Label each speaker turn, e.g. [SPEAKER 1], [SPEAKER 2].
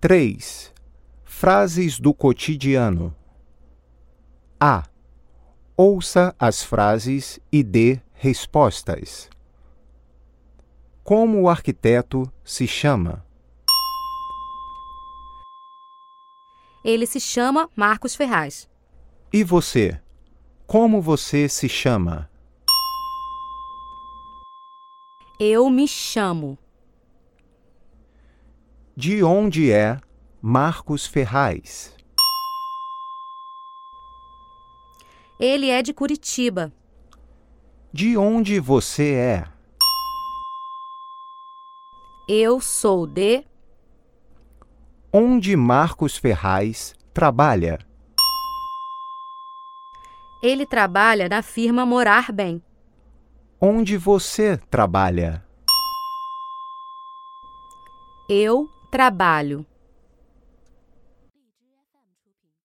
[SPEAKER 1] 3. Frases do cotidiano. A. Ouça as frases e dê respostas. Como o arquiteto se chama?
[SPEAKER 2] Ele se chama Marcos Ferraz.
[SPEAKER 1] E você? Como você se chama?
[SPEAKER 2] Eu me chamo.
[SPEAKER 1] De onde é Marcos Ferraz?
[SPEAKER 2] Ele é de Curitiba.
[SPEAKER 1] De onde você é?
[SPEAKER 2] Eu sou de.
[SPEAKER 1] Onde Marcos Ferraz trabalha?
[SPEAKER 2] Ele trabalha na firma Morar Bem.
[SPEAKER 1] Onde você trabalha?
[SPEAKER 2] Eu trabalho.